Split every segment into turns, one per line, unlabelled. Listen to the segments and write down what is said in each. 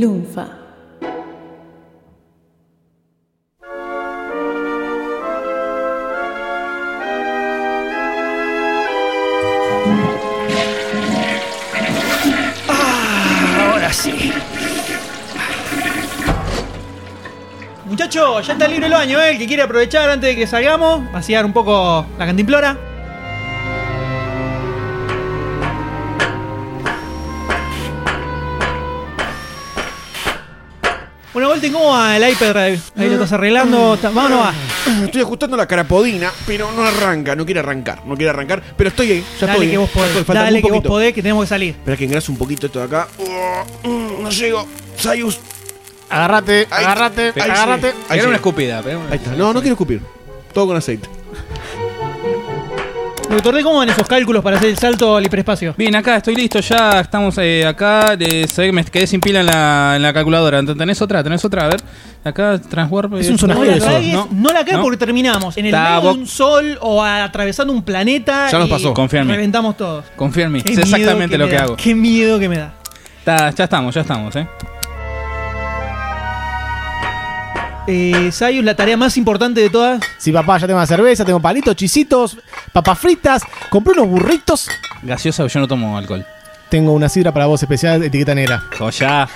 Lunfa.
Ahora sí. Muchachos, ya está libre el baño, ¿eh? El que quiere aprovechar antes de que salgamos, vaciar un poco la cantimplora. Una vuelta incómoda el iPad. Ahí lo estás
Mm.
arreglando. Está- ¿Va o no va?
Estoy ajustando la carapodina, pero no arranca, no quiere arrancar, no quiere arrancar, pero estoy ahí, ya
Dale
estoy.
que vos podés. Dale que vos podés, que tenemos que salir.
Espera que engrase un poquito esto de acá. Uh, mm, no llego. Sayus.
Agárrate,
Ahí-
agárrate,
ahí sí.
agárrate.
Ahí
Era
sí.
una escupida. pero-
Ahí está. No, no quiero escupir. Todo con aceite.
Doctor, D, ¿cómo van esos cálculos para hacer el salto al hiperespacio?
Bien, acá estoy listo, ya estamos eh, acá. eh, se ve que me quedé sin pila en la, en la calculadora. Ent- Tenés otra, tenés otra, a ver. Acá, Transwarp.
Es
eh,
un
No
sonajero
la
eso,
cagues,
¿no?
no la cagues
¿No?
porque terminamos en el
Está,
medio
vos-
de un sol o a- atravesando un planeta.
Ya nos
y
pasó.
Confía en mí.
Reventamos todos.
Confía en mí,
Qué
es
miedo
exactamente
que
lo
me
que
da,
hago.
Qué miedo que me da.
Está- ya estamos, ya estamos, eh.
Eh, Sayus, la tarea más importante de todas.
Sí, papá, ya tengo la cerveza, tengo palitos, chisitos, papas fritas, compré unos burritos.
Gaseosa, yo no tomo alcohol.
Tengo una sidra para vos especial, etiqueta negra.
Joya.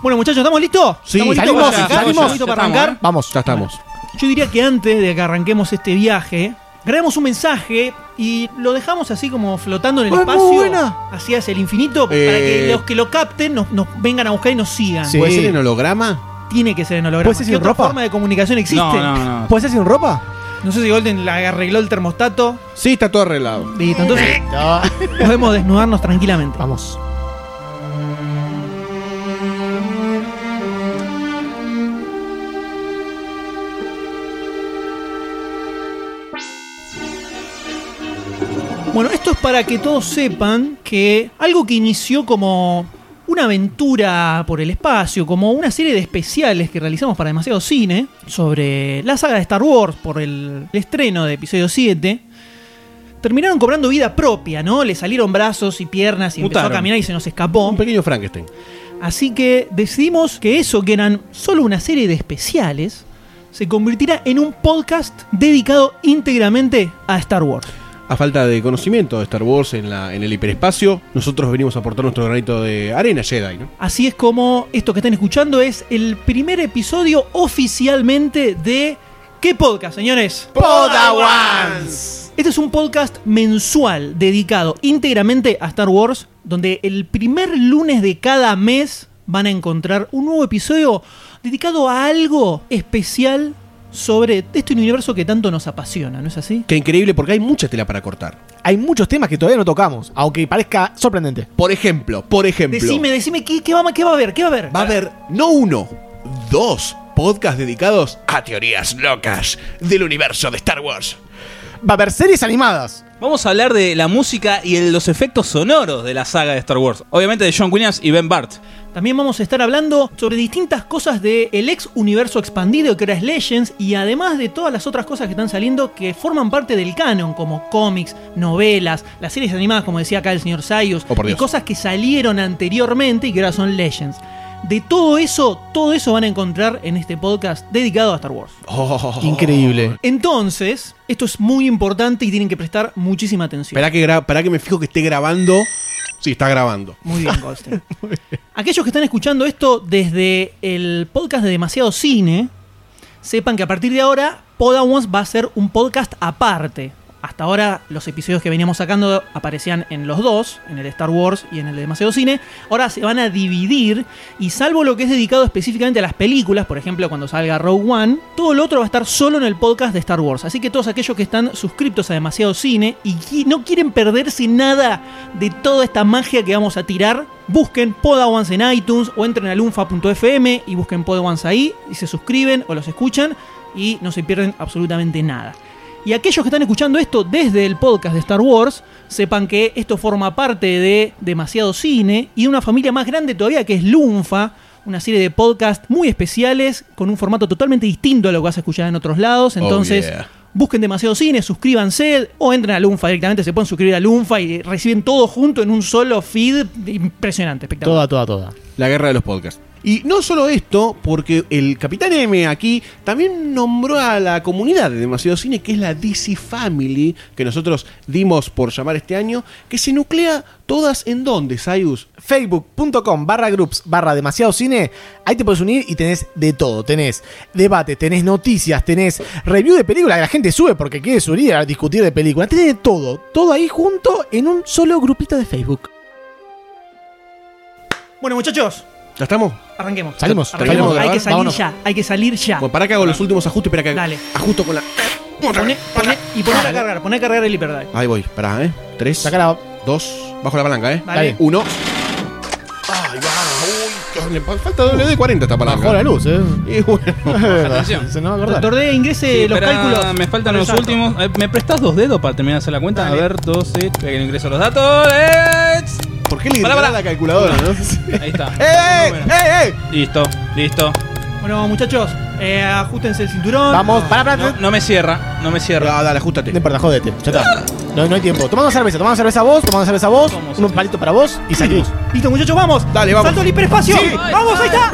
Bueno, muchachos, ¿estamos listos?
Sí,
¿Estamos listos
salimos,
para arrancar?
salimos.
¿Estamos listos para
Ya estamos,
arrancar?
Vamos.
Ya estamos.
Yo diría que antes de que arranquemos este viaje, grabemos un mensaje y lo dejamos así como flotando en el
Bueno,
espacio
buena.
hacia el infinito para
Eh.
que los que lo capten nos, nos vengan a buscar y nos sigan.
Sí.
¿Puede ser en holograma?
Tiene que ser en holograma.
¿Puede ser
¿Qué
sin
otra
ropa?
forma de comunicación existe?
No, no, no.
¿Puedes hacer sin ropa?
No sé si Golden la arregló el termostato.
Sí, está todo arreglado.
Listo, entonces podemos desnudarnos tranquilamente.
Vamos.
Bueno, esto es para que todos sepan que algo que inició como una aventura por el espacio, como una serie de especiales que realizamos para demasiado cine sobre la saga de Star Wars por el estreno de episodio 7. Terminaron cobrando vida propia, ¿no? Le salieron brazos y piernas y empezó
Mutaron.
a caminar y se nos escapó.
Un pequeño Frankenstein.
Así que decidimos que eso, que eran solo una serie de especiales, se convertirá en un podcast dedicado íntegramente a Star Wars.
A falta de conocimiento de Star Wars en, la, en el hiperespacio, nosotros venimos a aportar nuestro granito de arena Jedi, ¿no?
Así es como esto que están escuchando es el primer episodio oficialmente de ¿Qué podcast, señores?
¡Podawans!
Este es un podcast mensual dedicado íntegramente a Star Wars, donde el primer lunes de cada mes van a encontrar un nuevo episodio dedicado a algo especial sobre este universo que tanto nos apasiona, ¿no es así?
Qué increíble porque hay mucha tela para cortar.
Hay muchos temas que todavía no tocamos, aunque parezca sorprendente.
Por ejemplo, por ejemplo.
Decime, decime, ¿qué, qué va, qué va a haber? ¿Qué va a haber?
Va a haber no uno, dos podcasts dedicados a teorías locas del universo de Star Wars.
Va a haber series animadas.
Vamos a hablar de la música y de los efectos sonoros de la saga de Star Wars. Obviamente de John Williams y Ben Bart.
También vamos a estar hablando sobre distintas cosas del ex universo expandido que era Legends y además de todas las otras cosas que están saliendo que forman parte del canon, como cómics, novelas, las series animadas, como decía acá el señor Sayus,
Oh, por
y
Dios.
cosas que salieron anteriormente y que ahora son Legends. De todo eso, todo eso van a encontrar en este podcast dedicado a Star Wars.
Oh.
Increíble.
Entonces, esto es muy importante y tienen que prestar muchísima atención.
Esperá que, gra- esperá que me fijo que esté grabando. Sí, está grabando.
Muy bien, Goldstein. Aquellos que están escuchando esto desde el podcast de Demasiado Cine, sepan que a partir de ahora Podawans va a ser un podcast aparte. Hasta ahora los episodios que veníamos sacando aparecían en los dos, en el de Star Wars y en el de Demasiado Cine. Ahora se van a dividir y salvo lo que es dedicado específicamente a las películas, por ejemplo cuando salga Rogue One, todo lo otro va a estar solo en el podcast de Star Wars. Así que todos aquellos que están suscriptos a Demasiado Cine y qui- no quieren perderse nada de toda esta magia que vamos a tirar, busquen Podawans en iTunes o entren a lunfa.fm y busquen Podawans ahí y se suscriben o los escuchan y no se pierden absolutamente nada. Y aquellos que están escuchando esto desde el podcast de Star Wars, sepan que esto forma parte de Demasiado Cine y de una familia más grande todavía que es Lunfa, una serie de podcasts muy especiales con un formato totalmente distinto a lo que vas a escuchar en otros lados.
Oh,
Entonces,
yeah.
Busquen demasiado cine, suscríbanse o entren a Lunfa directamente. Se pueden suscribir a Lunfa y reciben todo junto en un solo feed. Impresionante, espectacular.
Toda, toda, toda.
La guerra de los podcasts. Y no solo esto, porque el Capitán M aquí también nombró a la comunidad de Demasiado Cine, que es la DC Family, que nosotros dimos por llamar este año, que se nuclea todas en donde, Sayus.
Facebook.com barra groups barra demasiado cine. Ahí te puedes unir y tenés de todo. Tenés debate, tenés noticias, tenés review de películas que la gente sube porque quiere subir a discutir de películas. Tenés de todo. Todo ahí junto en un solo grupito de Facebook.
Bueno, muchachos,
¿Ya estamos?
arranquemos.
Salimos,
Arranquemos.
terminamos de
Hay que
grabar,
salir
vámonos.
ya, hay que salir ya.
Bueno, para que hago los últimos ajustes, para que
Dale.
ajusto con la...
Poné- poné- y poner a cargar, poner a cargar el hiperdrive.
Ahí voy, pará, ¿eh? Tres,
Saca la-
dos, bajo la palanca, ¿eh?
Dale.
Uno. Ay, va, uy, le fa- falta doble de 40 esta palanca.
Bajó la luz, eh.
Y bueno,
Atención.
Se no va a acordar.
Doctor D, ingrese Eh, los
Espera,
cálculos.
Me faltan los
Exacto.
últimos. Eh, ¿Me prestas dos dedos para terminar de hacer la cuenta?
Dale.
A ver, 12. Espera que le ingreso los datos. ¡Let's!
¿por qué le
Pará,
gritaron a
pará.
la calculadora, no?
Ahí está.
¡Eh, eh,
Número.
eh, eh!
Listo, listo.
Bueno, muchachos, eh, ajustense el cinturón.
Vamos, para, para.
No,
No,
no me cierra, no me cierra.
Ah, dale, ajustate.
importa, jodete. Ya está. No, no hay tiempo. Tomamos cerveza, tomamos cerveza vos, tomamos cerveza vos,
Tomo
un
cerveza.
palito para vos y salimos.
Listo, muchachos, vamos.
Dale, vamos.
Salto al hiperespacio.
Sí.
Vamos, ahí está.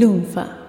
Lunfa.